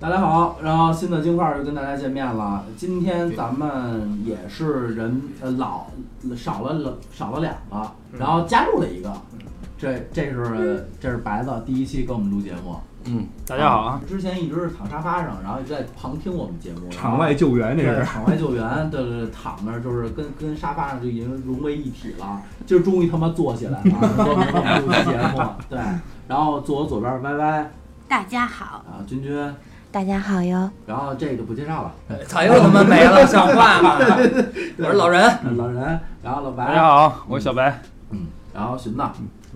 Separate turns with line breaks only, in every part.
大家好，然后新的金块儿又跟大家见面了。今天咱们也是人呃老少了了少了两个，
嗯
然后加入了一个，这这是这是白子第一期跟我们录节目，
嗯，
大家好啊，
之前一直是躺沙发上，然后一直在旁听我们节目，
场外救援这
对，
是，
场外救援，对对对，躺那儿就是跟跟沙发上就已经融为一体了。今儿终于他妈坐起来了，说 明我们录节目。对，然后坐我左边儿歪歪
大家好，
啊，君君，
大家好哟。
然后这个不介绍了，
操，又他妈没了，像话吗？我是老人，
嗯
老人，然后老
啊
白，
哎
大家好，我是小白，
嗯，然后寻子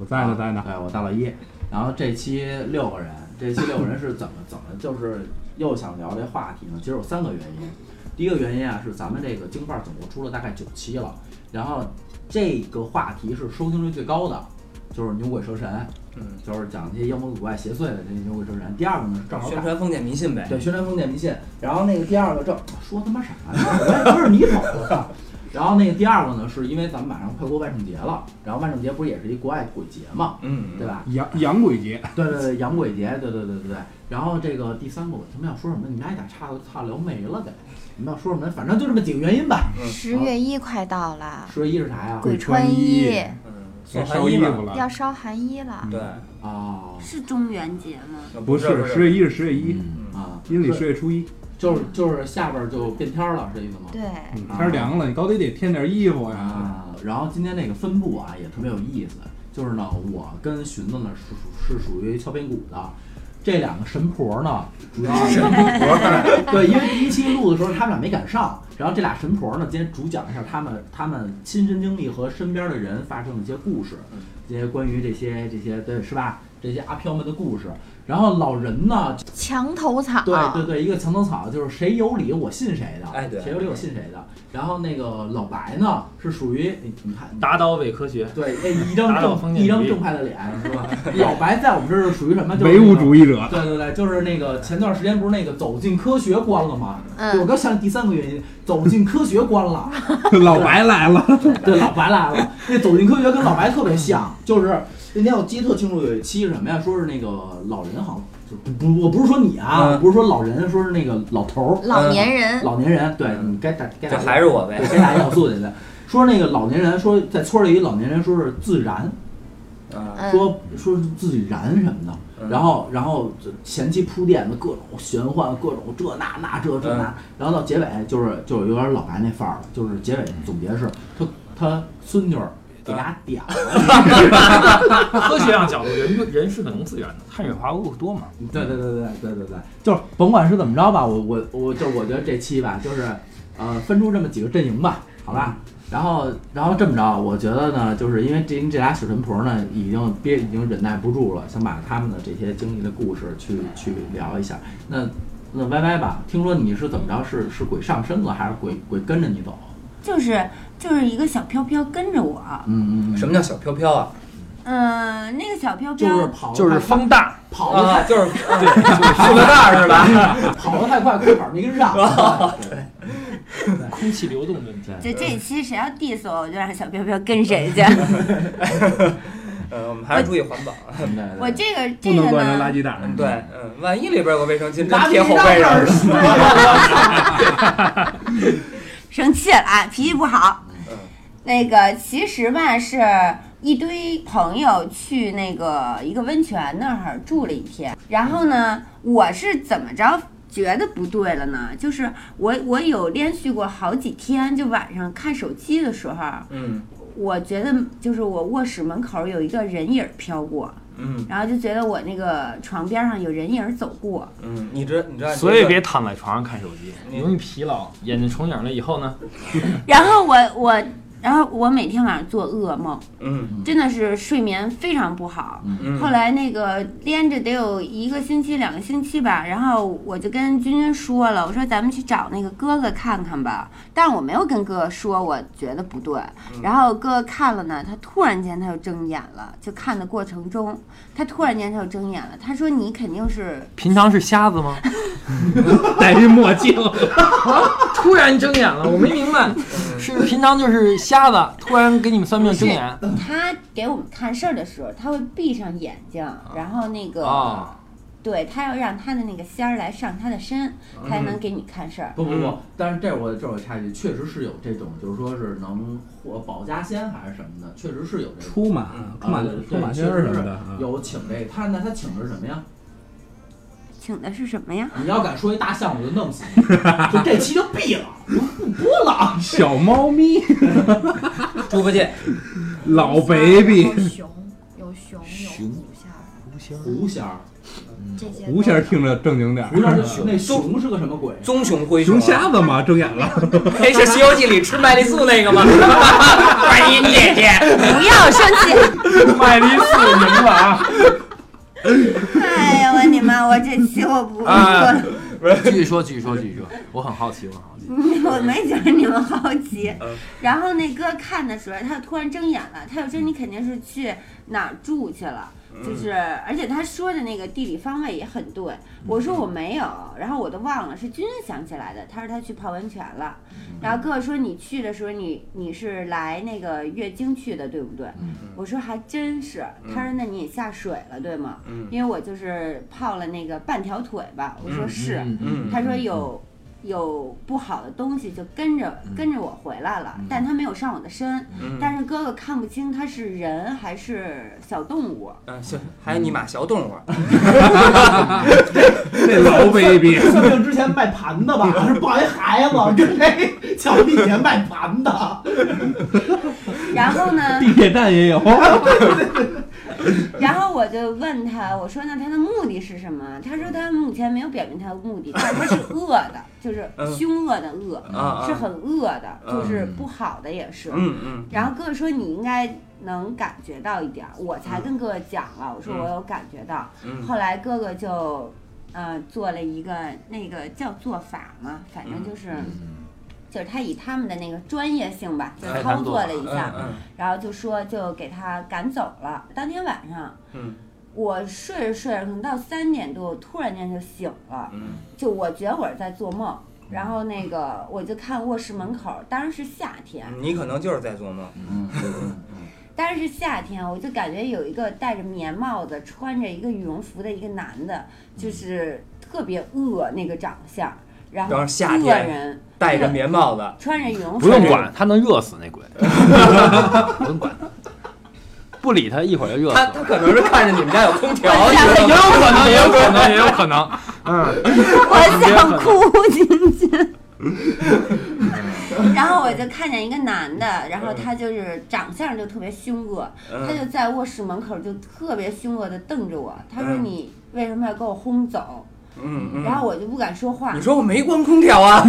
我在呢，在呢。
对，我大老一。然后这期六个人，这期六个人是怎么 怎么就是又想聊这话题呢？其实有三个原因。第一个原因啊是咱们这个京范儿总共出了大概九期了，然后这个话题是收听率最高的，就是牛鬼蛇神，
嗯，
就是讲这些妖魔鬼怪邪祟的这些牛鬼蛇神。第二个呢是正好赶
宣传封建迷信呗。
对，宣传封建迷信。然后那个第二个正说他妈啥呢？我也不是你懂的。然后那个第二个呢，是因为咱们马上快过万圣节了，然后万圣节不是也是一国外鬼节嘛，
嗯
对吧？
洋洋鬼节，
对对对，洋鬼节，对对对对对。然后这个第三个，我他妈要说什么？你们俩一打岔，差聊没了得。你们要说什么？反正就这么几个原因吧。
嗯
十月一快到了，
说一是啥呀？
鬼
鬼
穿
穿
衣
衣
嗯，
该
送寒
收衣
衣
服
嘛。
了。
要烧寒衣
嗯
了，
对，
哦，
是中元节吗？
不
是
是十月一是十月一，
嗯啊，
阴历
是
十月初一，
就是就是下边就变天了，是这意思吗？
对，
嗯天儿凉了，你高低得添点衣服呀。
啊，然后今天这个分布啊也特别有意思，就是呢，我跟荀子呢是属是属于敲边鼓的，这两个神婆呢主要是对，因为第一期录的时候他们俩没敢上，然后这俩神婆呢今天主讲一下他们他们亲身经历和身边的人发生的一些故事，这些关于这些这些对是吧？这些阿飘们的故事，然后老人呢
墙头草，
对对对，一个墙头草，就是谁有理我信谁的，
啊哎对
谁有理我信谁的。然后那个老白呢，是属于你你看，
打倒伪科学，
对，哎，一张
打倒封
正
建
一张
主义
正派的脸 是吧？老白在我们这儿属于什么？就是
唯物
义。
主义者，
对对对，就是那个前段时间不是那个《走进科学》关了吗？我
嗯，
刚想起第三个原因，《走进科学》关 了。
老白来了，
对，老白来了。那《走进科学》跟老白特别 像，就是那天我记得特清楚，有一期是什么呀？说是那个老人好像就不不，我不是说你啊，
嗯
我不是说老人，说是那个老头儿。
老
嗯
年
嗯
人，
老年人，对你该打该
这
打
还是我呗
对。该打胰岛素去了。说那个老年人说在村里一老年人说是自燃，
嗯，
嗯，
说说是自己燃什么的，
嗯
然后然后前期铺垫的各种玄幻，各种这那那这这
嗯
那，然后到结尾就是就是有点老白那范儿了，就是结尾总结是他他孙女儿给大家点了，
科学上讲述人人是个农资源的，碳水化合物多嘛，
对对对对对对对，就是甭管是怎么着吧，我我我就我觉得这期吧，就是呃分出这么几个阵营吧，好吧。然后，然后这么着，我觉得呢，就是因为这这俩小神婆呢，已经憋，已经忍耐不住了，想把他们的这些经历的故事去去聊一下。那那歪歪吧，听说你是怎么着？是是鬼上身了，还是鬼鬼跟着你走？啊
就是就是一个小飘飘跟着我，
嗯嗯，
什么叫小飘飘啊？
嗯、那个小飘飘
就是跑得
就是
太快
风大，
跑的
啊，
太
就是 对，是个大是吧？
跑的太快，裤衩没跟上。对
空气流动问题。
就
嗯
这期谁要 diss 我，我就让小飘飘跟谁 去。
嗯，我们还是注意环保。
对对
我这个
不
这
能
个
乱扔垃
呢，
圾袋。
对，，嗯，万一里边有个卫生巾，
拿
真贴后背上 了。
生气了啊，脾气不好。
嗯
那个其实吧，是一堆朋友去那个一个温泉那儿住了一天，然后呢，我是怎么着？觉得不对了呢，就是我我有连续过好几天，就晚上看手机的时候，
嗯
我觉得就是我卧室门口有一个人影儿飘过，
嗯
然后就觉得我那个床边上有人影儿走过，
嗯，你知你知道？嗯
所以别躺在床上看手机，容易疲劳，眼睛重影了以后呢，
然后我我然后我每天晚上做噩梦，
嗯
真的是睡眠非常不好。
嗯，
后来那个连着得有一个星期、两个星期吧，然后我就跟君君说了，我说咱们去找那个哥哥看看吧。但我没有跟哥哥说，我觉得不对。然后哥哥看了呢，他突然间他就睁眼了，就看的过程中，他突然间他就睁眼了。他说你肯定是
平常是瞎子吗？
戴一墨镜，
突然睁眼了，我没明白，是不是平常就是瞎子，突然给你们算命睁眼
他给我们看事儿的时候，他会闭上眼睛，然后那个
啊？
对他要让他的那个仙儿来上他的身，才能给你看事儿。
不不不
嗯，
但是这我这我插一句，确实是有这种，就是说是能获保家仙还是什么的，确实是有这种。
出马
嗯
出马
啊对
出马
对
仙儿什么的啊，
有请这他那他请的是什么呀？
请的是什么呀？
你要敢说一大象，我就弄死你！就这期就毙了，不不播了啊。
小猫 咪
猪八戒，
老 baby
有熊，有熊，有虎仙儿，
狐仙儿，
嗯
这些
吴先生听着正经点
狐仙儿就啊
儿，啊
那熊是个什么 鬼？
棕熊灰
熊
虾，
瞎子嘛，睁眼了，
哎，是《西游记》里吃麦丽素那个 吗？观音姐姐，
不要生气！
麦丽素赢了啊！
哎呀，我你妈！我这期我不，
啊
我
继续说，继续说，继续说，我很好奇，我很好奇。
我没觉得你们好奇
嗯。
然后那哥看的时候，他突然睁眼了，他就知道你肯定是去哪儿住去了。
嗯
就是，而且他说的那个地理方位也很对。我说我没有，然后我都忘了，是君君想起来的。他说他去泡温泉了，
嗯
然后哥说你去的时候，你你是来那个月经去的，对不对？
嗯
我说还真是。他说那你也下水了，对吗？
嗯
因为我就是泡了那个半条腿吧。我说
嗯
是。
嗯
他说有有不好的东西就跟着跟着我回来了，但他没有上我的身，
嗯
但是哥哥看不清他是人还是小动物。
嗯，行，还有你马小动物，啊
那老 baby
算命之前卖盘的 吧，是抱一孩子跟那桥底下卖盘的。
然后 呢，
地铁站 也有，
然后我就问他，我说那他的目的是什么？他说他目前没有表明他的目的，但是 他是恶的，就是
嗯
凶恶的恶，
啊
是很恶的，
嗯
就是不好的也是。
嗯嗯
然后哥哥说你应该能感觉到一点儿，我才跟哥哥讲了，我说我有感觉到。
嗯
后来哥哥就，呃，做了一个那个叫做法嘛，反
嗯
正就是，就是他以他们的那个专业性吧，就
哎
操作了一下，
嗯
然后就说就给他赶走了。当天晚上，
嗯
我睡着睡着，可能到三点多，我突然间就醒了，
嗯
就我觉得我是在做梦。然后那个我就看卧室门口，当然是夏天，
嗯，你可能就是在做梦。
嗯，
当然是夏天，我就感觉有一个戴着棉帽子、穿着一个羽绒服的一个男的，就是特别恶那个长相，然后
然后夏
恶
天
人
戴着棉帽子，
穿着羽绒服，
不用管，他能热死那鬼，不用管他，不理他一会儿就
嗯
热死
他
了。
他可能是看着你们家有空 调，
我想
你知道吗
也有可能，也有可能，也有可能。嗯，
我想哭，晶 晶。然后我就看见一个男的，然后他就是长相就特别凶恶，
嗯
他就在卧室门口就特别凶恶的瞪着我，他说
嗯
你为什么要给我轰走？
嗯嗯，
然后我就不敢说话
你，说我没关空调啊？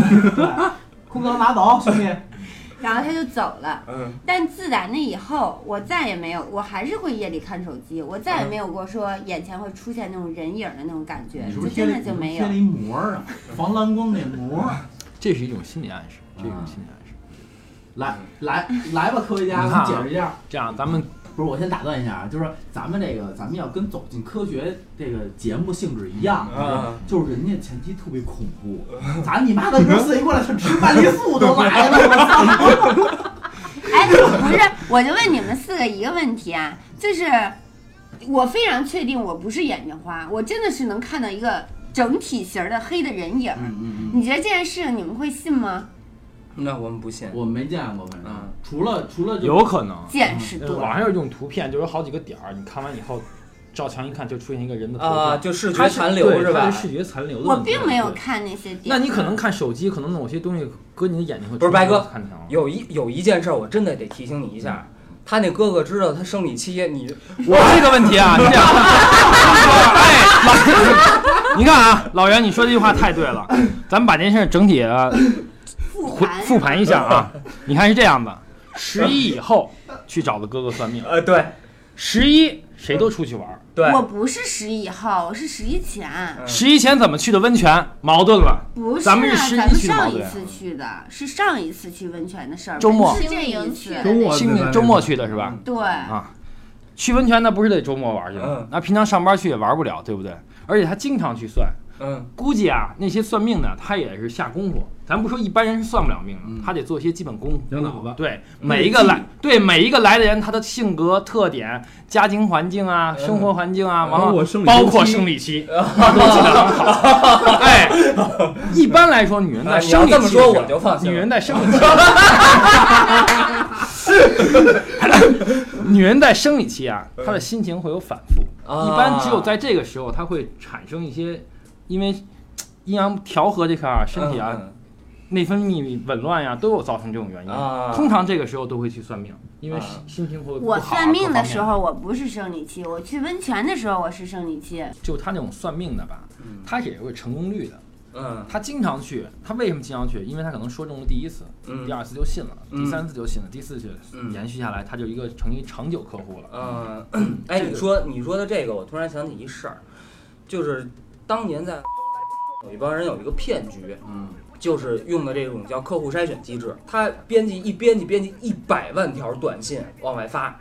空调拿走，兄弟。
哎然后他就走了。
嗯
但自打那以后，我再也没有，我还是会夜里看手机，我再也
嗯
没有过说眼前会出现那种人影的那种感觉，
你是不
就是
贴
真
了
的就没
贴
有
了。一膜儿啊？防蓝光那膜儿。
这是一种心理暗示，这是一种心理暗示。
来来来吧，科学家，
你
我们
看啊
解释一下。
这样，咱们
不是，我先打断一下啊，就是说咱们这个，咱们要跟《走进科学》这个节目性质一样，
啊
就是人家前期特别恐怖，咱你妈的哥四一过来，他吃麦丽素都来了，我操！
哎，不是，我就问你们四个一个问题啊，就是我非常确定我不是眼睛花，我真的是能看到一个整体型儿的黑的人影儿。
嗯嗯
你觉得这件事情你们会信吗？
那我们不信
嗯，。我没见过，反正
嗯
除了除了就
有可
嗯
能，
见识多，
嗯网上有一种图片，就有好几个点儿，你看完以后，照墙一看就出现一个人的头
啊，
像，
就视觉
它是
残留
对
是吧
它？是视觉残留的
我
问题。
并没有
对。
看那些点。
那你可能看手机，可能某些东西搁你的眼睛会
不是白哥
看不见
有一有一件事儿，我真的得提醒你一下。他那哥哥知道他生理期，你
我这个问题啊，是这样，哎，老，你看啊，老袁，你说这句话太对了，咱们把这件事整体啊
复
回
盘，
复盘一下啊， 你看是这样的，十一以 后去找的哥哥算命，
呃，对
十一谁都出去玩儿，
对，
我不是十一号，我是十一前。
十一前怎么去的温泉，矛盾了，
不是啊，
咱
咱
们
们
是十一去的
上
毛
一
队啊
次去的，是上一次去温泉的事儿，
周末
不是这一次。
周末
清明周末去的是吧？
对，
啊，去温泉那不是得周末玩去吗
嗯？
那平常上班去也玩不了，对不对？而且他经常去算，
嗯，
估计啊，那些算命的他也是下功夫，咱不说一般人是算不了命的，
嗯
他得做一些基本功。
有脑子，
对每一 个来，对每一个来的人，他的性格特点、家庭环境啊、
嗯
生活环境啊，完
包
了
括生理
包
周
括
期
生理期，他都记得 很好。哎，一般来说，女人在
啊你
生
要
理
这么
期
说
的时
我
候
就放心
女
了。
人在生理 期， 女人在生理期啊，她的心情会有反复，
啊
一般只有在这个时候，她会产生一些，因为阴阳调和这块儿啊，身体啊
嗯
内分泌紊乱呀，都有造成这种原因。
啊，
通常这个时候都会去算命，因为
啊
心心情会不好
我
啊。
算命
各方
的
面
时，候我不是生理期，我去温泉的时候我是生理期。
就他那种算命的吧，
嗯
他也有成功率的。
嗯
他经常去，他为什么经常去？因为他可能说中了第一次，
嗯
第二次就信了，
嗯
第三次就信了，第四次
嗯
延续下来，他就一个成一长久客户了。
嗯， 哎，你说你说的这个，我突然想起一事儿，就是当年在有一帮人有一个骗局，
嗯，
就是用的这种叫客户筛选机制，他编辑一编辑编辑一百万条短信往外发，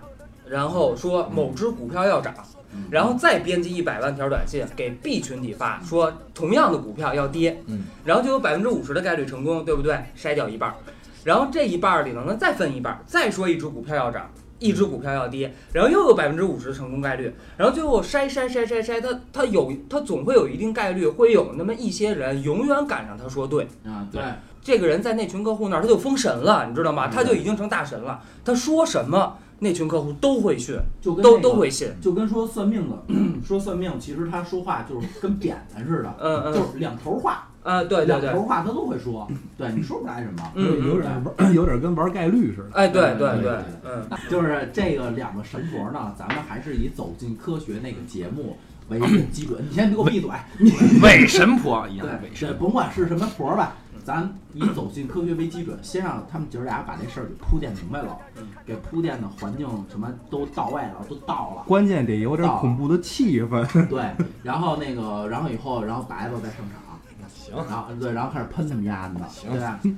然后说某只股票要涨。
嗯
然后再编辑一百万条短信给 B 群体发，说同样的股票要跌，
嗯，
然后就有百分之五十的概率成功，对不对？筛掉一半儿，然后这一半儿里头呢再分一半儿，再说一只股票要涨，一只股票要跌，然后又有百分之五十成功概率，然后最后筛筛筛筛筛，它它有它总会有一定概率会有那么一些人永远赶上他说对。
啊，对，
这个人在那群客户那儿，他就封神了，你知道吗？
嗯
他就已经成大神了。他说什么，那群客户都会信，
就跟
都
那个
都会信。
就跟说算命的 说算命，其实他说话就是跟扁担似的，
嗯
就
嗯
是两头话，
啊，对对
两
对，
头话他都会说，对你说不出来什么。
嗯
有点玩 有点跟玩概率似的。
哎，对对
对
对
对，
嗯
就是这个两个神婆呢，咱们还是以走进科学那个节目 为一个基准。你先给我闭嘴，你
嗯
伪神婆一样
对
的伪
对，
神，
甭管是什么婆儿吧，咱以走进科学为基准，先让他们姐儿俩把这事儿给铺垫明白了
嗯，
给铺垫的环境什么都到位了，都到 了。
关键得有点
啊
恐怖的气氛，
对，然后那个，然后以后，然后白子再上场，
行，
然后对，然后开始喷他们家的，
行
对吧？嗯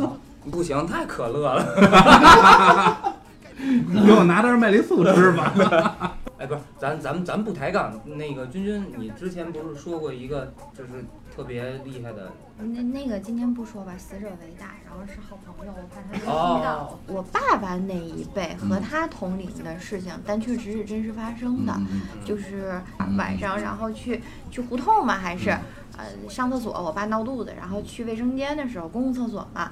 嗯不行，太可乐了。
你给我拿点麦丽素吃吧。
哎，不是，咱咱们咱们不抬杠。那个君君，你之前不是说过一个就是特别厉害的
那那个今天不说吧，死者为大，然后是好朋友，我怕他们听到。
哦，
我爸爸那一辈
嗯
和他同龄的事情，但确实是真实发生的。
嗯
嗯
就是晚
嗯
上，然后去去胡同嘛，还是呃上厕所，我爸闹肚子，然后去卫生间的时候，公共厕所嘛，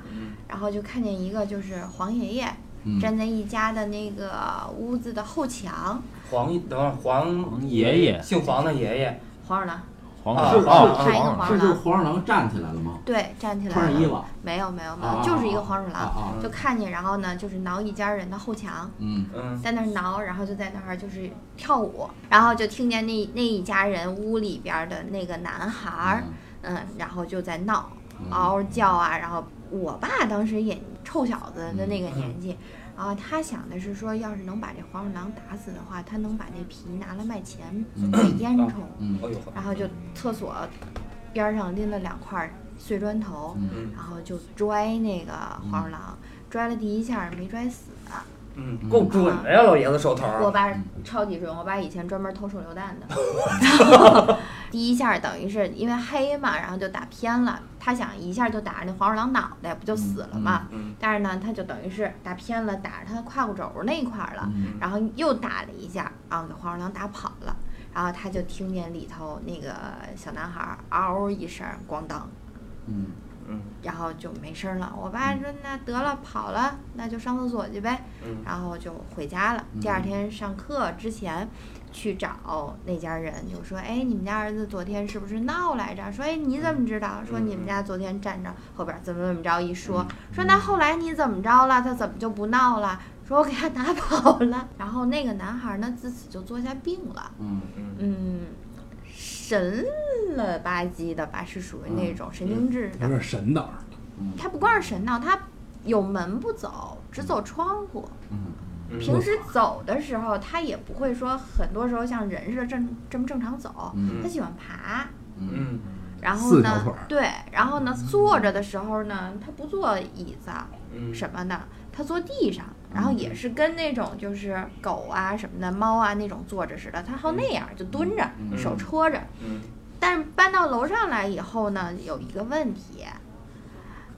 然后就看见一个就是黄爷爷
嗯
站在一家的那个屋子的后墙，
黄等会儿黄
黄爷爷
姓黄的爷爷
黄二郎
黄
啊
是
啊
看一个
啊
这
黄二
就是
郎，
黄鼠狼站起来了吗？
对，站起来
穿上衣
了，
服
没有没有没
啊
有，
啊
嗯就是一个黄鼠
啊
狼，
啊，
就看见，然后呢就是挠一家人的后墙，
嗯
嗯
在那儿挠，然后就在那儿就是跳舞，然后就听见那那一家人屋里边的那个男孩儿，嗯，然后就在闹，
嗯
嗷嗷叫啊。然后我爸当时也臭小子的那个
嗯
年纪，然后他想的是说，要是能把这黄鼠狼打死的话，他能把那皮拿来卖钱
嗯
买烟
啊
抽。
嗯
哎呦，
然后就厕所边儿上拎了两块碎砖头，
嗯
嗯
然后就拽那个黄鼠狼，拽了第一下没拽死。
嗯，够准的呀，老爷子手头儿。
我爸
嗯
超级准，我爸以前专门偷手榴弹的。 第一下等于是因为黑嘛，然后就打偏了。他想一下就打着那黄鼠狼脑袋，不就死了嘛？
嗯
但是呢，他就等于是打偏了，打着他的胯骨轴那一块儿了，
嗯
然后又打了一下，然后给黄鼠狼打跑了。然后他就听见里头那个小男孩儿嗷一声，咣当，
嗯
嗯
然后就没声儿了。我爸说：“那得了，跑了，那就上厕所去呗。”
嗯
然后就回家了。第二
嗯
天上课之前去找那家人，就说：“哎，你们家儿子昨天是不是闹来着？”说：“哎，你怎么知道？”说：“你们家昨天站着后边儿怎么怎么着一说，说那后来你怎么着了？他怎么就不闹了？”说：“我给他打跑了。”然后那个男孩儿呢，自此就坐下病了。
嗯
嗯
嗯，神了吧唧的吧，是属于那种神经质的。
有点神道，
他不光是神道，他有门不走，只走窗户。
嗯
嗯，
平时走的时候，他也不会说很多时候像人似的正这么正常走，
嗯
他喜欢爬。
嗯
然后
四条
呢
腿儿，
对，然后呢，坐着的时候呢，他不坐椅子
嗯
什么的，他坐地上，然后也是跟那种就是狗啊什么的、猫啊那种坐着似的，他好那样就蹲着，
嗯
手戳着。
嗯
但是搬到楼上来以后呢，有一个问题，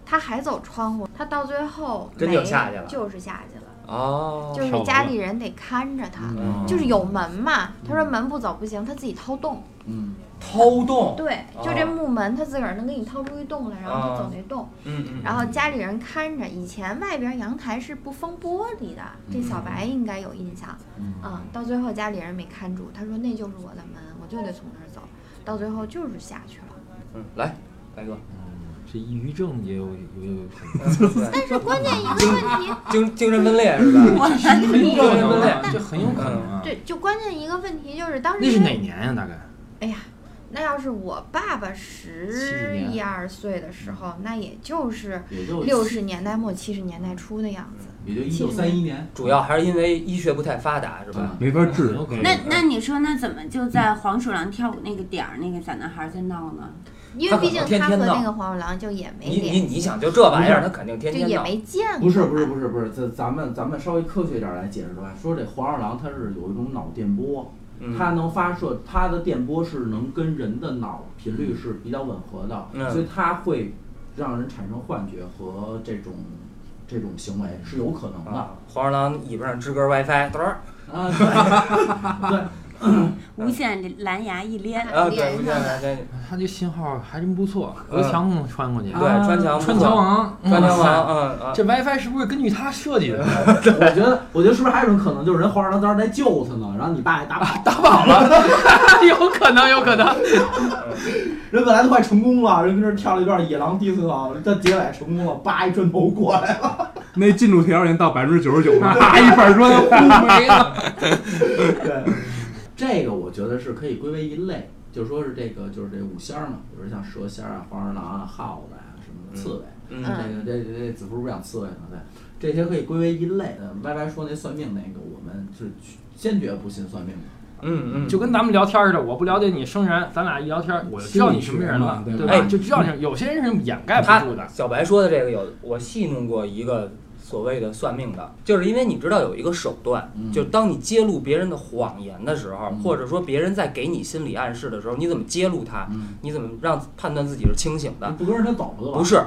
他还走窗户，他到最后
真
没
就下去了
就是下去了。
哦，
就是家里人得看着他，
嗯
就是有门嘛。他说门不走不行，他自己掏洞。
嗯，
偷洞，
对，就这木门，他自个儿能给你掏出一洞来，然后他走那洞。
嗯嗯，
然后家里人看着，以前外边阳台是不封玻璃的，这小白应该有印象。嗯，到最后家里人没看住，他说那就是我的门，我就得从那儿走。到最后就是下去了。
嗯，来，来哥，
这抑郁症也有也有可能。
但
但是关键一个问题，
精精神分裂是吧？
很有可能啊
那，
这很有可能
嗯
啊。
对，就关键一个问题就是当时
那是哪年呀、大概
那要是我爸爸
70
十一
年
二岁的时候，那也就是
也就
六十年代末七十年代初的样子。
也就一九三一年，
主要还是因为医学不太发达是吧？
没法治
很。有可能。
那那你说那怎么就在黄鼠狼跳舞那个点儿，那个小男孩在闹呢？
因
他
为
可能
毕竟
天
他和
天闹
那个黄鼠狼就也没
你你
脸，
你想就这玩意儿，
不
他肯定天
就
天
也
闹。
没见过。
不是不是不是不是，这咱们咱们稍微科学一点儿来解释的话，说这黄鼠狼它是有一种脑电波，
嗯
它能发射，它的电波是能跟人的脑频率是比较吻合的，
嗯
所以它会让人产生幻觉和这种这种行为是有可能的
啊，黄鼠狼尾巴上支根 WiFi，嘚儿
啊。对 对，
嗯
无线蓝牙一连，
啊，对，
连
不
上
见了，对
他这信号还真不错，隔墙能穿过去。
对，嗯啊穿墙不
穿
错
墙，王，
穿墙
哇塞
王，嗯啊，
这 WiFi 是不是根据他设计的？
我觉得我觉得是不是还有一种可能，就是人黄鼠狼当时在救它呢，然后你爸给打跑，
打跑了， 有可能，有 可能。
人本来都快成功了，人跟这儿跳了一段野狼 diss 啊，但结尾成功了，叭一砖头过来了。
那进度条已经到百分之九十九了，啪一板砖呼没了。
对，这个我觉得是可以归为一类，就是说是这个就是这五仙儿嘛，比如像蛇仙儿啊、黄鼠狼啊、耗子啊什么的，刺猬。
嗯
嗯
这个这这这子夫不养刺猬呢，对，这些可以归为一类。呃歪歪说那算命那个，我们是坚决不信算命的。
嗯嗯，
就跟咱们聊天似的，我不了解你生人，咱俩一聊天，我就知道你什么人了，
心理学嘛
吧？
对吧
就知道你有些人是掩盖不
他嗯
住的。
小白说的这个有，我戏弄过一个所谓的算命的，就是因为你知道有一个手段，
嗯
就当你揭露别人的谎言的时候，
嗯
或者说别人在给你心理暗示的时候，你怎么揭露他？
嗯，
你怎么让判断自己是清醒的？
不跟着他走啊了吧？
不是，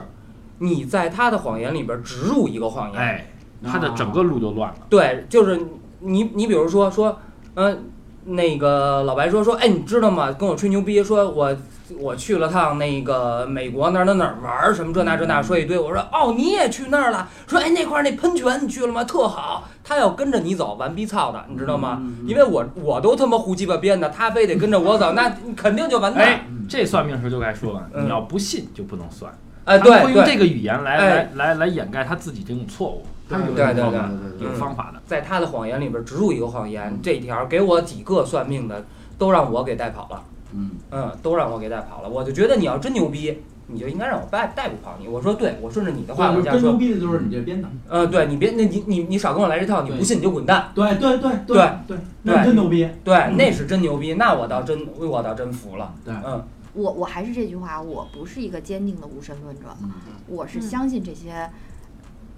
你在他的谎言里边植入一个谎言，
哎，他的整个路就乱了。
对，就是你你比如说说，嗯、那个老白说说，哎，你知道吗？跟我吹牛逼，说我我去了趟那个美国哪儿哪儿哪儿玩儿，什么这那这
嗯
那，说一堆。我说哦，你也去那儿了？说哎，那块儿那喷泉你去了吗？特好。他要跟着你走，完逼操的，你知道吗？
嗯
嗯
因为我我都他妈胡鸡巴编的，他非得跟着我走，那肯定就完蛋。
哎，这算命时就该说了，
嗯
你要不信就不能算。
哎，
他
对
会用这
对，
个语言来
哎
来来来掩盖他自己这种错误，他是有
嗯对对
方
对
法的，
对
有方法的。
在他的谎言里边植入一个谎言，这一条给我几个算命的都让我给带跑了。
嗯，
嗯，都让我给带跑了。我就觉得你要真牛逼，你就应该让我带带不跑你。我说对，我顺着你的话
对
往
就
下
真牛
说。
逼的就是你这编的。
呃，对你别，那你你你少跟我来这套，你不信你就滚蛋。
对对对对，那
对
你真牛逼。
对，那是真牛逼，那我倒真我倒真服了。
对
嗯
我我还是这句话，我不是一个坚定的无神论者，
嗯
我是相信这些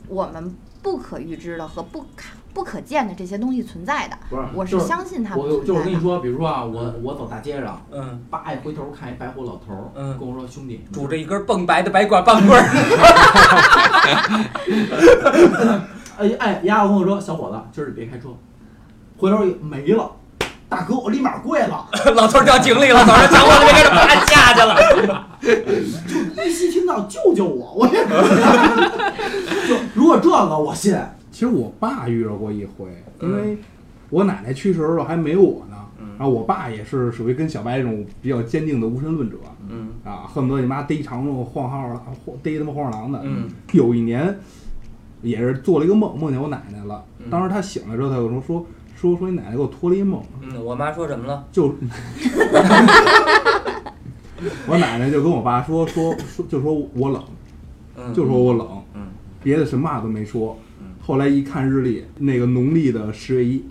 我们不可预知的和不可不可见的这些东西存在的。
不是，
我是
嗯就是
相信他们
我
存
就是跟
在
你
的。
说，比如说啊，我我走大街上，
嗯，
叭一回头看一白胡老头儿，
嗯
跟我说兄弟，
拄着一根蹦白的白管棒棍儿，
哎哎，丫头跟我说，小伙子，今儿你别开车，回头没了。大哥，我立马跪了，
老头儿掉井里了，早上抢我的那个啪下去了。
依稀听到救救我，我也 就如果这个我信，
其实我爸遇着过一回，因为我奶奶去世的时候还没我呢，
嗯
然后我爸也是属于跟小白这种比较坚定的无神论者
嗯
啊，恨不得你妈逮长虫晃号了，晃逮他妈黄鼠狼的。
嗯
有一年也是做了一个梦，梦见我奶奶了
嗯。
当时她醒了之后，她就说说说说你奶奶给我托了一梦，
嗯，我妈说什么了？
就我奶奶就跟我爸说说说就说我冷，
嗯，
就说我冷，
嗯，
别的什么话都没说
嗯。
后来一看日历，那个农历的十月一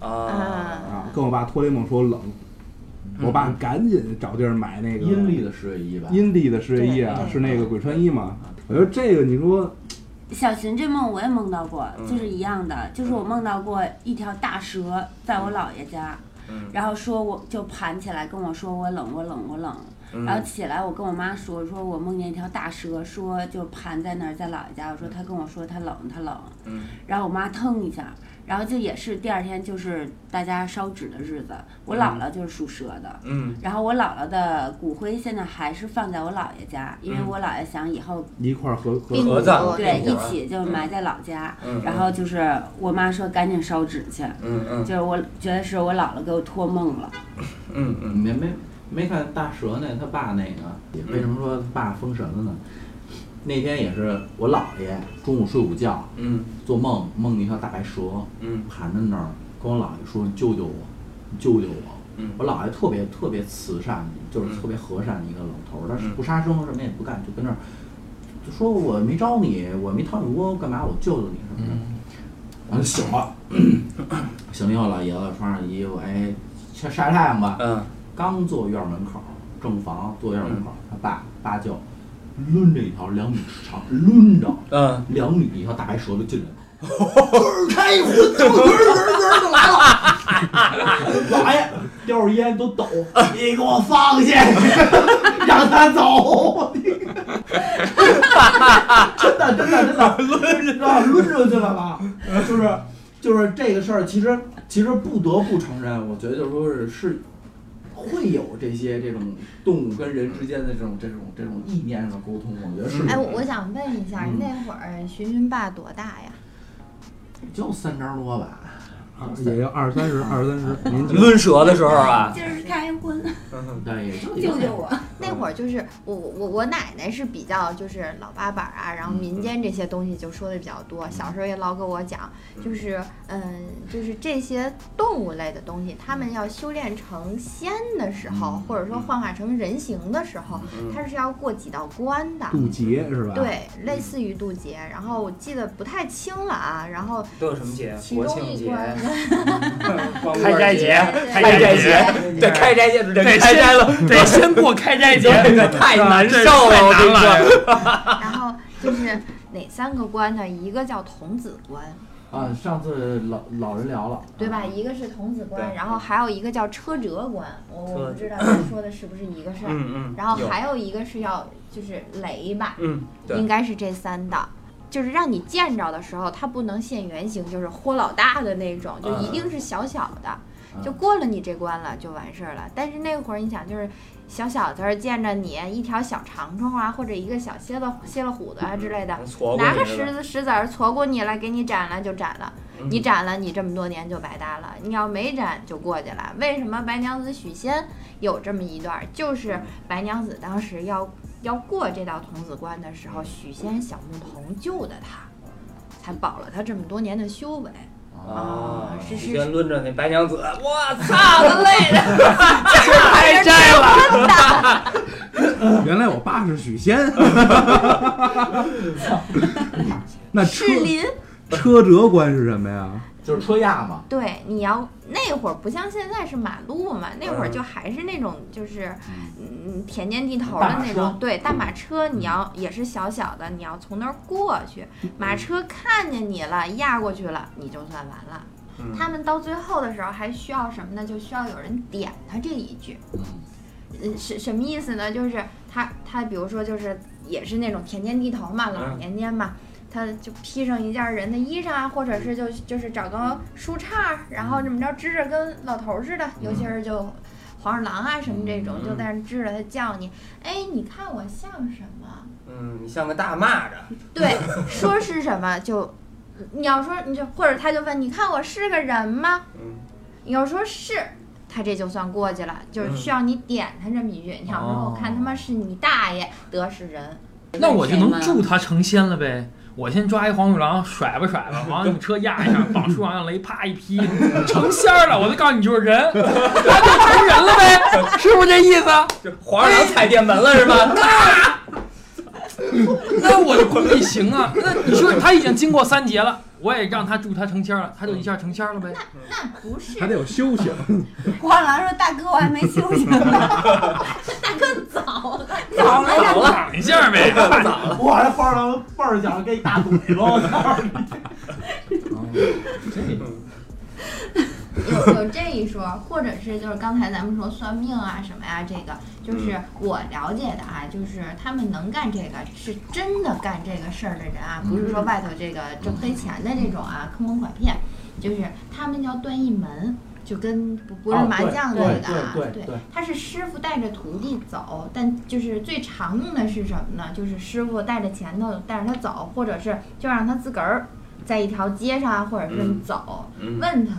啊，
嗯
啊，跟我爸托雷梦说冷，
嗯
我爸赶紧找地儿买那个
阴历的十月一吧，
阴历的十月一
对
啊，
对
是那个鬼穿衣嘛。我觉得这个你说
小寻这梦我也梦到过
嗯，
就是一样的，就是我梦到过一条大蛇在我姥爷家，
嗯
然后说我就盘起来跟我说我冷我冷我冷，然后
嗯
起来我跟我妈说说我梦见一条大蛇，说就盘在那儿在姥爷家，我说她跟我说她冷她冷，
嗯
然后我妈腾一下，然后就也是第二天就是大家烧纸的日子，我姥姥就是属蛇的，
嗯
然后我姥姥的骨灰现在还是放在我姥爷家，因为
嗯
我姥爷想以后
一块儿合合
哎
并
合
不
葬
多，
对
对
一起就埋在老家。
嗯，
然后就是我妈说赶紧烧纸去，
嗯嗯
就是我觉得是我姥姥给我托梦了。
嗯嗯
没没没看大蛇那他爸那个，为什么说他爸封神了呢？那天也是我姥爷中午睡午觉
嗯
做梦，梦见一条大白蛇
嗯
盘在那儿，跟我姥爷说：“你救救我，你救救我。”
嗯
我姥爷特别特别慈善，就是特别和善的一个老头儿，他
嗯
是不杀生什么也不干，就跟那儿就说我没招你，我没掏你窝，干嘛我救救你什么的。
嗯
然后就醒 了，醒了以后，老爷子穿上衣服，哎，去晒太阳吧。
嗯
刚坐院门口，正房坐院门口，他爸八舅抡着一条两米长，抡着
嗯，
两米一条大白蛇就进来了。开一壶，噔噔噔就来了。老爷叼着烟都抖，你给我放下，让他走。真的真的真 的抡着抡出去了吧？就是就是这个事儿，其实其实不得不承认，我觉得就是说是是会有这些这种动物跟人之间的这种这种这种意念上的沟通，我觉得是有的。
哎，我我想问一下，
嗯
那会儿寻寻爸多大呀？
就三张多吧。
啊也要二三十，二三十年纪。
抡蛇的时候啊，
今儿开 荤，
对，也就
救救我！
那会儿就是我我我奶奶是比较就是老八板儿啊，
嗯
然后民间这些东西就说的比较多。小时候也老给我讲，就是嗯，就是这些动物类的东西，它们要修炼成仙的时
嗯
候，或者说幻化成人形的时候，它是要过几道关的。
渡劫是吧？，
对，类似于渡劫，然后我记得不太清了啊，然后
都有什么节？
其
国
中
庆
一
节、
关，
光棍
开斋节
开
开斋
斋
节，对，开斋节，对，
得
开斋
先
了，
得先过开斋节，
太难受了，
了，
我
太
跟你
难
说。
了。
然后就是哪三个关呢？一个叫童子关，
啊，上次老老人聊了，啊
对吧？一个是童子关，
嗯对嗯
然后还有一个叫车辙关，我我
车
不知 道咱说的是不是一个事儿。
嗯
然后
有
还有一个是要就是雷吧，
嗯，
应
对，
该是这三道。就是让你见着的时候，它不能现原形，就是豁老大的那种，就一定是小小的，
嗯
就过了你这关了就完事儿了。但是那会儿你想，就是小小子儿见着你一条小长虫啊，或者一个小蝎子、蝎子虎子啊之类的，
错过
拿
你
个
了
石子石子儿戳过你了，给你斩了就斩了，
嗯
你斩了你这么多年就白搭了，你要没斩就过去了。为什么白娘子许仙有这么一段儿？就是白娘子当时要要过这道童子关的时候，许仙小牧童救的她，才保了她这么多年的修为。
啊
啊，是是
之前抡着那白娘子，我操，我累的，这开斋了，
原来我爸是许仙。 那 车
赤林，
车辙关是什么呀？
就是车压嘛，
对，你要那会儿不像现在是马路
嗯
嘛，那会儿就还是那种就是嗯田间地头的那
大马
种，对，大马车你要也是小小的，你要从那儿过去，
嗯
马车看见你了，压过去了，你就算完了。
嗯
他们到最后的时候还需要什么呢？就需要有人点他这一句。嗯，什什么意思呢？就是他他比如说就是也是那种田间地头嘛，老
嗯
年间嘛，他就披上一件人的衣裳啊，或者是就
嗯
就是找个树杈儿，然后这么着支着跟老头儿似的，
嗯
尤其是就黄鼠狼啊什么这种，就在那儿支着他叫你，哎，你看我像什么？
嗯，你像个大蚂蚱，
对，说是什么就，你要说你就或者他就问你看我是个人吗？
嗯
你要说是，他这就算过去了，就是
嗯
需要你点他这么一句。你想说我看他妈是你大爷，得是人。
那我就能助他成仙了呗。我先抓一黄鼠狼，甩吧甩 吧，往你车压一下，绑树上让雷啪一劈，成仙儿了。我就告诉你，就是人， 那就成人了呗，是不是这意思？
就皇上踩电门了是吧？
那我就功力行啊。那你说他已经经过三劫了，我也让他助他成仙儿了，他就一下成仙儿了呗。
那不是
还得有修行。
黄狼说：“大哥，我还没休息呢，
大哥早了，
躺
哎
了
啊
躺一下呗。
我还放上倍儿想给你大嘴巴，我操！
有有这一说，或者是就是刚才咱们说算命啊什么呀，这个
嗯
就是我了解的啊，就是他们能干这个是真的干这个事儿的人啊，不
嗯
是说外头这个挣黑钱的这种啊，坑蒙拐骗，就是他们叫断一门。就跟不不是
哦
麻
对
将那
对
个啊，
对对对
他是师傅带着徒弟走，但就是最常用的是什么呢？就是师傅带着前头带着他走，或者是就让他自个儿在一条街上啊，或者是
嗯
走，
嗯
问他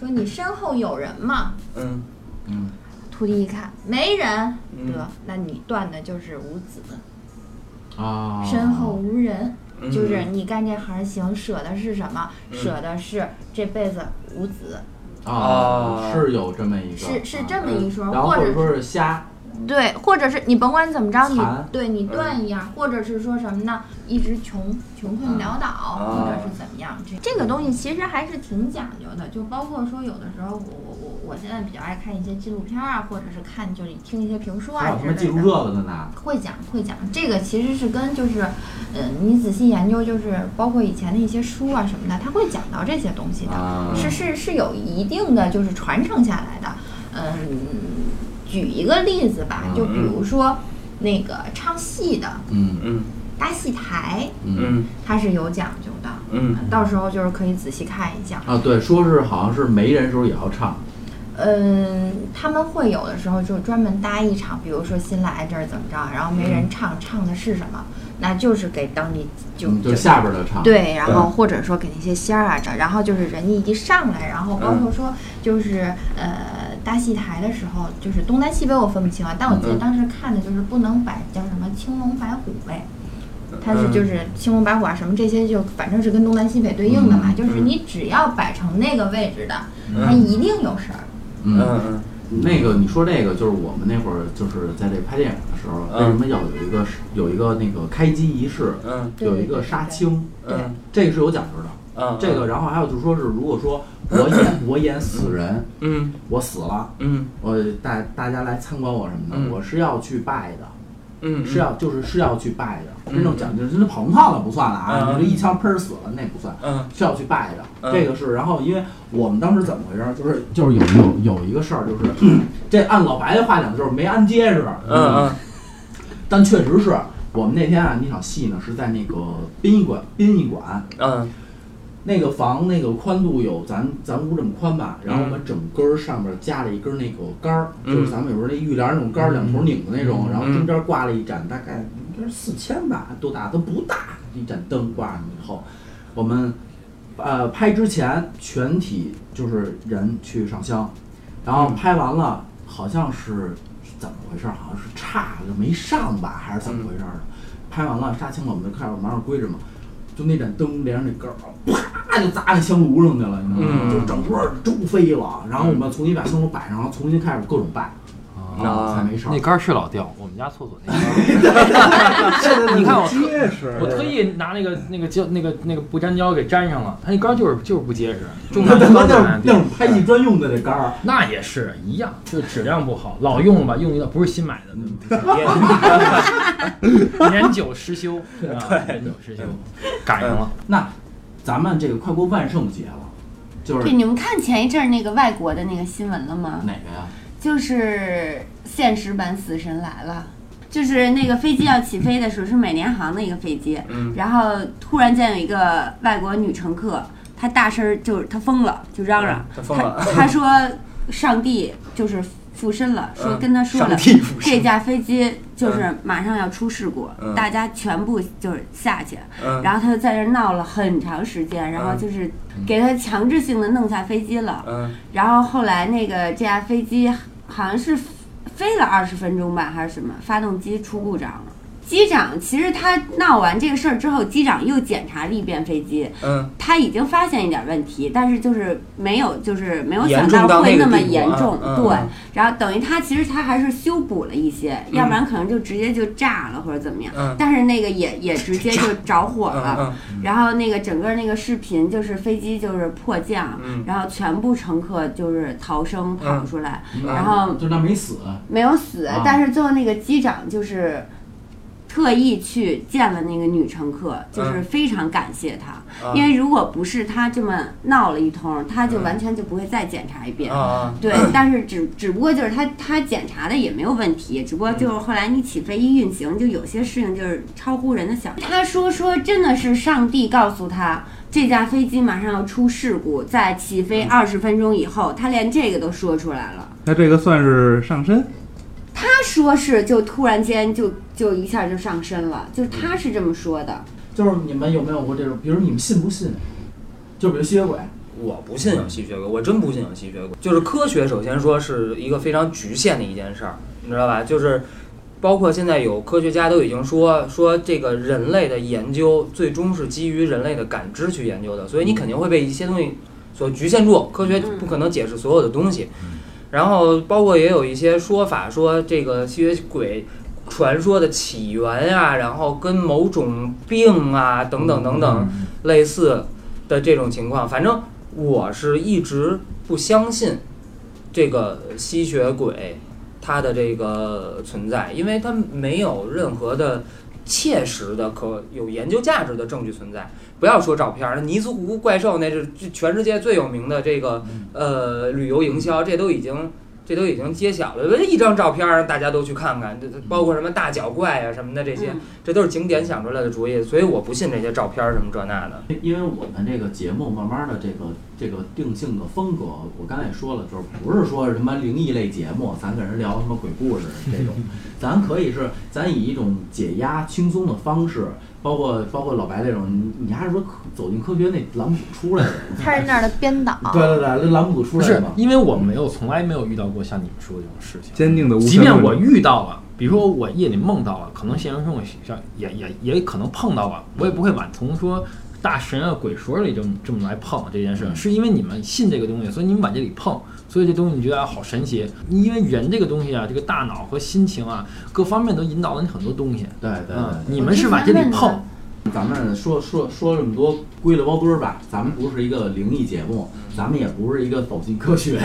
说你身后有人吗？
嗯
嗯，
徒弟一看没人，
嗯
得，那你断的就是无子，
啊，
身后无人，
哦嗯
就是你干这行行舍的是什么？
嗯
舍的是这辈子无子，
啊
啊
是有这么一个，
是是这
啊
么一说，
然后或
者
者
是
说是瞎，
对，或者是你甭管怎么着，你
残
对你断一样，
嗯
或者是说什么呢？一直穷穷困潦倒，
啊
或者是怎么样？这这个东西其实还是挺讲究的，就包括说有的时候我我我我现在比较爱看一些纪录片啊，或者是看就是听一些评书
还
啊
有他
之
们记
类
住
的
这。个的呢，
会讲会讲，这个其实是跟就是，呃，你仔细研究，就是包括以前的一些书啊什么的，他会讲到这些东西的，
啊
是是是有一定的就是传承下来的。嗯，举一个例子吧，就比如说那个唱戏的
嗯
嗯
搭戏台，
嗯
嗯
它是有讲究的。
嗯
到时候就是可以仔细看一下，
啊，对，说是好像是没人时候也要唱，
嗯，他们会有的时候就专门搭一场，比如说新来这儿怎么着，然后没人唱，唱的是什么，那就是给当地就
嗯，就是下边的唱，
对，然后或者说给那些仙儿啊这，然后就是人家一上来，然后包括
嗯
说就是、呃搭戏台的时候，就是东南西北我分不清啊，但我记得
嗯
当时看的就是不能摆叫什么青龙白虎呗，
嗯
它是就是青龙白虎啊什么这些就反正是跟东南西北对应的嘛，
嗯
就是
嗯
你只要摆成那个位置的，它
嗯
一定有事儿。
嗯
嗯，
嗯
那个你说这个就是我们那会儿就是在这拍电影的时候，为
嗯
什么要有一个有一个那个开机仪式，
嗯
对
有一个杀青，
对
嗯
这个是有讲究的。
嗯
这个，然后还有就是说是，如果说我演 我演死人，
嗯
我死了，
嗯
我大大家来参观我什么
嗯
的，我是要去拜的，
嗯
是要就是是要去拜的，
嗯
真正讲究，真的跑龙套了不算了啊，
嗯
你这一枪喷死了那不算。
嗯
是要去拜的，
嗯
这个是。然后，因为我们当时怎么回事儿，就是就是有有有一个事儿，就是 这按老白的话讲，就是没安结实。
嗯嗯
但确实是我们那天啊，那场戏呢是在那个殡仪馆，殡仪馆
嗯
那个房那个宽度有咱咱屋这么宽吧，然后我们整根儿上面加了一根那个杆儿，
嗯
就是咱们有时候那浴帘儿那种杆儿，两头拧的那种，
嗯
然后中间挂了一盏大概应该是四千吧，多大都不大，一盏灯挂上以后，我们呃拍之前全体就是人去上香，然后拍完了好像是怎么回事儿，好像是差了没上吧，还是怎么回事儿呢？拍完了杀青了，我们就开始往上归着嘛。就那盏灯连上那杆儿啊，啪就砸那香炉上去了，你知道吗？
嗯
就整个儿都飞了。然后我们重新把香炉摆上，然后重新开始各种拜，嗯
啊
才没事儿。
那杆儿是老掉，我们家厕所那杆儿。
你
你看我
结实，
我特意拿那个
嗯
那个胶那个那个不粘胶给粘上了，它那杆儿就是就是不结实，重量不
嗯 那
高
那
的
是那是拍戏专用的这杆儿，
那也是一样，就质量不好，老用吧，用一段不是新买的，
嗯
对吧 年久 失修，对吧？年久失修，
嗯
赶上了。
那咱们这个快过万圣节了，就
对，
是
你们看前一阵儿那个外国的那个新闻了吗？
哪个呀？
就是现实版《死神来了》，就是那个飞机要起飞的时候是美联航的一个飞机，
嗯
然后突然间有一个外国女乘客，她大声儿就是她疯了，就嚷嚷，
嗯她疯
她
了
她说上帝就是附身了，说
嗯
跟她说
上
了。
帝不
这
是
架飞机就是马上要出事故，
嗯
大家全部就是下去，
嗯
然后他就在这儿闹了很长时间，然后就是给他强制性的弄下飞机了，
嗯
然后后来那个这架飞机好像是飞了二十分钟吧，还是什么，发动机出故障了。机长其实他闹完这个事儿之后，机长又检查了一遍飞机，
嗯
他已经发现一点问题，但是就是没有，就是没有
严
想
重到
会
那个
那么
地步
严
啊
重，
嗯
对
嗯。
然后等于他其实他还是修补了一些，要不然可能就直接就炸了或者怎么样。
嗯
但是那个也也直接就着火了，
嗯
然后那个整个那个视频就是飞机就是迫降，
嗯
然后全部乘客就是逃生跑出来，
嗯
然后
就那没死，
没有死，
啊
但是最后那个机长就是特意去见了那个女乘客，就是非常感谢她，
啊
因为如果不是她这么闹了一通，她就
嗯
完全就不会再检查一遍。
啊
对，但是只只不过就是她她检查的也没有问题，只不过就是后来你起飞一运行，就有些事情就是超乎人的想象。她说说真的是上帝告诉她。这架飞机马上要出事故，在起飞二十分钟以后，她连这个都说出来了。
那这个算是上身，
他说是，就突然间就就一下就上身了，就是他是这么说的。
就是你们有没有过这种，比如你们信不信？就比如吸血鬼，
我不信有吸血鬼，我真不信有吸血鬼。就是科学，首先说是一个非常局限的一件事儿，你知道吧？就是包括现在有科学家都已经说说这个人类的研究最终是基于人类的感知去研究的，所以你肯定会被一些东西所局限住。科学不可能解释所有的东西。嗯然后包括也有一些说法说这个吸血鬼。传说的起源啊，然后跟某种病啊等等等等类似的这种情况，反正我是一直不相信这个吸血鬼它的这个存在，因为它没有任何的切实的可有研究价值的证据存在。不要说照片儿，尼斯湖怪兽那是全世界最有名的这个呃旅游营销，这都已经。这都已经揭晓了，一张照片儿大家都去看看，这这包括什么大脚怪啊什么的这些，这都是景点想出来的主意，所以我不信这些照片儿什么这那的。
因为我们这个节目慢慢的这个这个定性的风格，我刚才也说了，就是不是说什么灵异类节目，咱给人聊什么鬼故事这 种，咱可以是咱以一种解压轻松的方式，包括包括老白这种，你你还是说科走进科学那栏目组出来的，
他是那儿的编导，
对对对，那栏目组出
不
来
是
的嘛，
因为我没有从来没有遇到过像你们说的这种事情，
坚定的无神
即便我
论
遇到了，比如说我夜里梦到了，可能现实生活上也也也可能碰到吧，我也不会往从说大神啊、鬼说里这么这么来碰这件事，是因为你们信这个东西，所以你们往这里碰，所以这东西你觉得啊好神奇。因为人这个东西啊，这个大脑和心情啊，各方面都引导了你很多东西。
对对对
嗯，。你们是往这里碰，
咱们说说说这么多归了包堆儿吧，咱们不是一个灵异节目，咱们也不是一个走进科 学，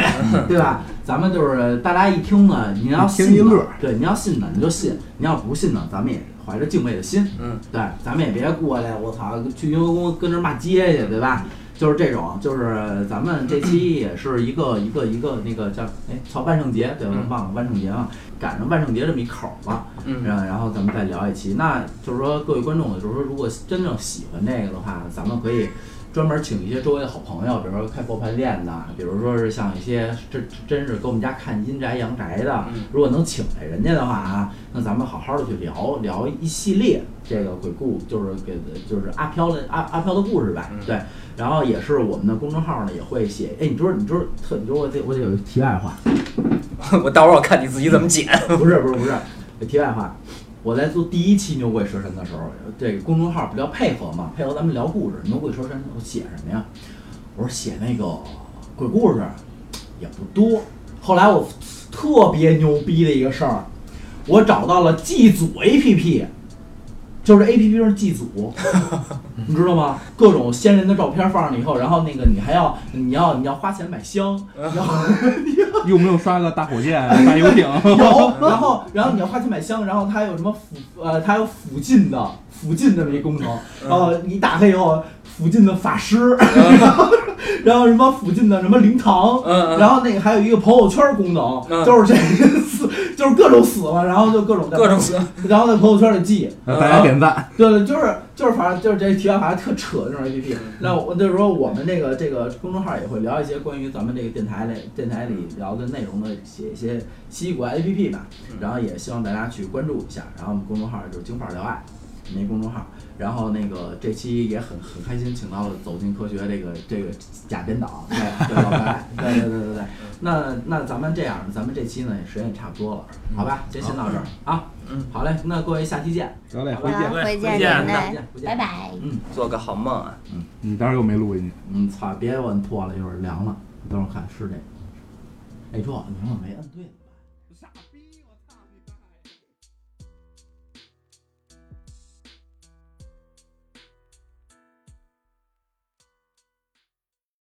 对吧？咱们就是大家一听呢，你要信
听一
呢
乐
对，你要信呢你就信，你要不信呢，咱们也怀着敬畏的心，
嗯，
对，咱们也别过来，我操，去雍和宫跟那儿骂街去，对吧？就是这种，就是咱们这期也是一个一个一个那个叫哎，操万圣节，对，我
嗯
忘了万圣节了，赶上万圣节这么一口儿了。
嗯，
然然后咱们再聊一期。那就是说，各位观众，就是说，如果真正喜欢这个的话，咱们可以专门请一些周围的好朋友，比如说开佛牌店的，比如说是像一些真真是跟我们家看阴宅阳宅的
嗯，
如果能请来人家的话啊，那咱们好好的去聊聊一系列这个鬼故，就是给就是阿飘的阿阿飘的故事呗
嗯，
对。然后也是我们的公众号呢，也会写。哎，你知道，你知道，特，你知道我得我得有个题外话，
我到时候我看你自己怎么剪。
不是不是不是，题外话，我在做第一期牛鬼蛇神的时候，这个公众号不叫配合嘛，配合咱们聊故事，牛鬼蛇神，我写什么呀？我说写那个鬼故事也不多。后来我特别牛逼的一个事儿，我找到了祭祖 APP，就是 APP 上祭祖，你知道吗？各种先人的照片放上去以后，然后那个你还要你要你要花钱买香，然后。
用不用刷个大火箭、大游艇？
有，然后然后你要花钱买香，然后它有什么附呃，它有附近的附近这么一功能，然
嗯
后你打开以后，附近的法师， 然后什么附近的什么灵堂，
嗯嗯，
然后那个还有一个朋友圈功
嗯
能，就是这个死就是各种死了，然后就各种在
各种，死。
然后在朋友圈里记，
呃大家点赞，
对对，就是就是，反正就是这题外话特扯那种 APP。那我就是说，我们这个这个公众号也会聊一些关于咱们这个电台里电台里聊的内容的，写一些奇异果 APP 吧。然后也希望大家去关注一下。然后我们公众号就是“京范儿聊爱”，那公众号。然后那个这期也很很开心，请到了《走进科学》这个这个假编导，对对老白，对对对对对。那那咱们这样，咱们这期呢时间也差不多了，好吧？先先到这儿啊。
嗯，
好嘞，那各位下期见，
得嘞，
好
回
吧
见。
回见
回
您
见
不
嘞，
见不见
拜。拜。
做个好梦啊！
你当时又没录进去，
嗯，操，别我摁破了，一会儿凉了。你等会儿看是这个。哎，这你看我没摁对。
傻逼。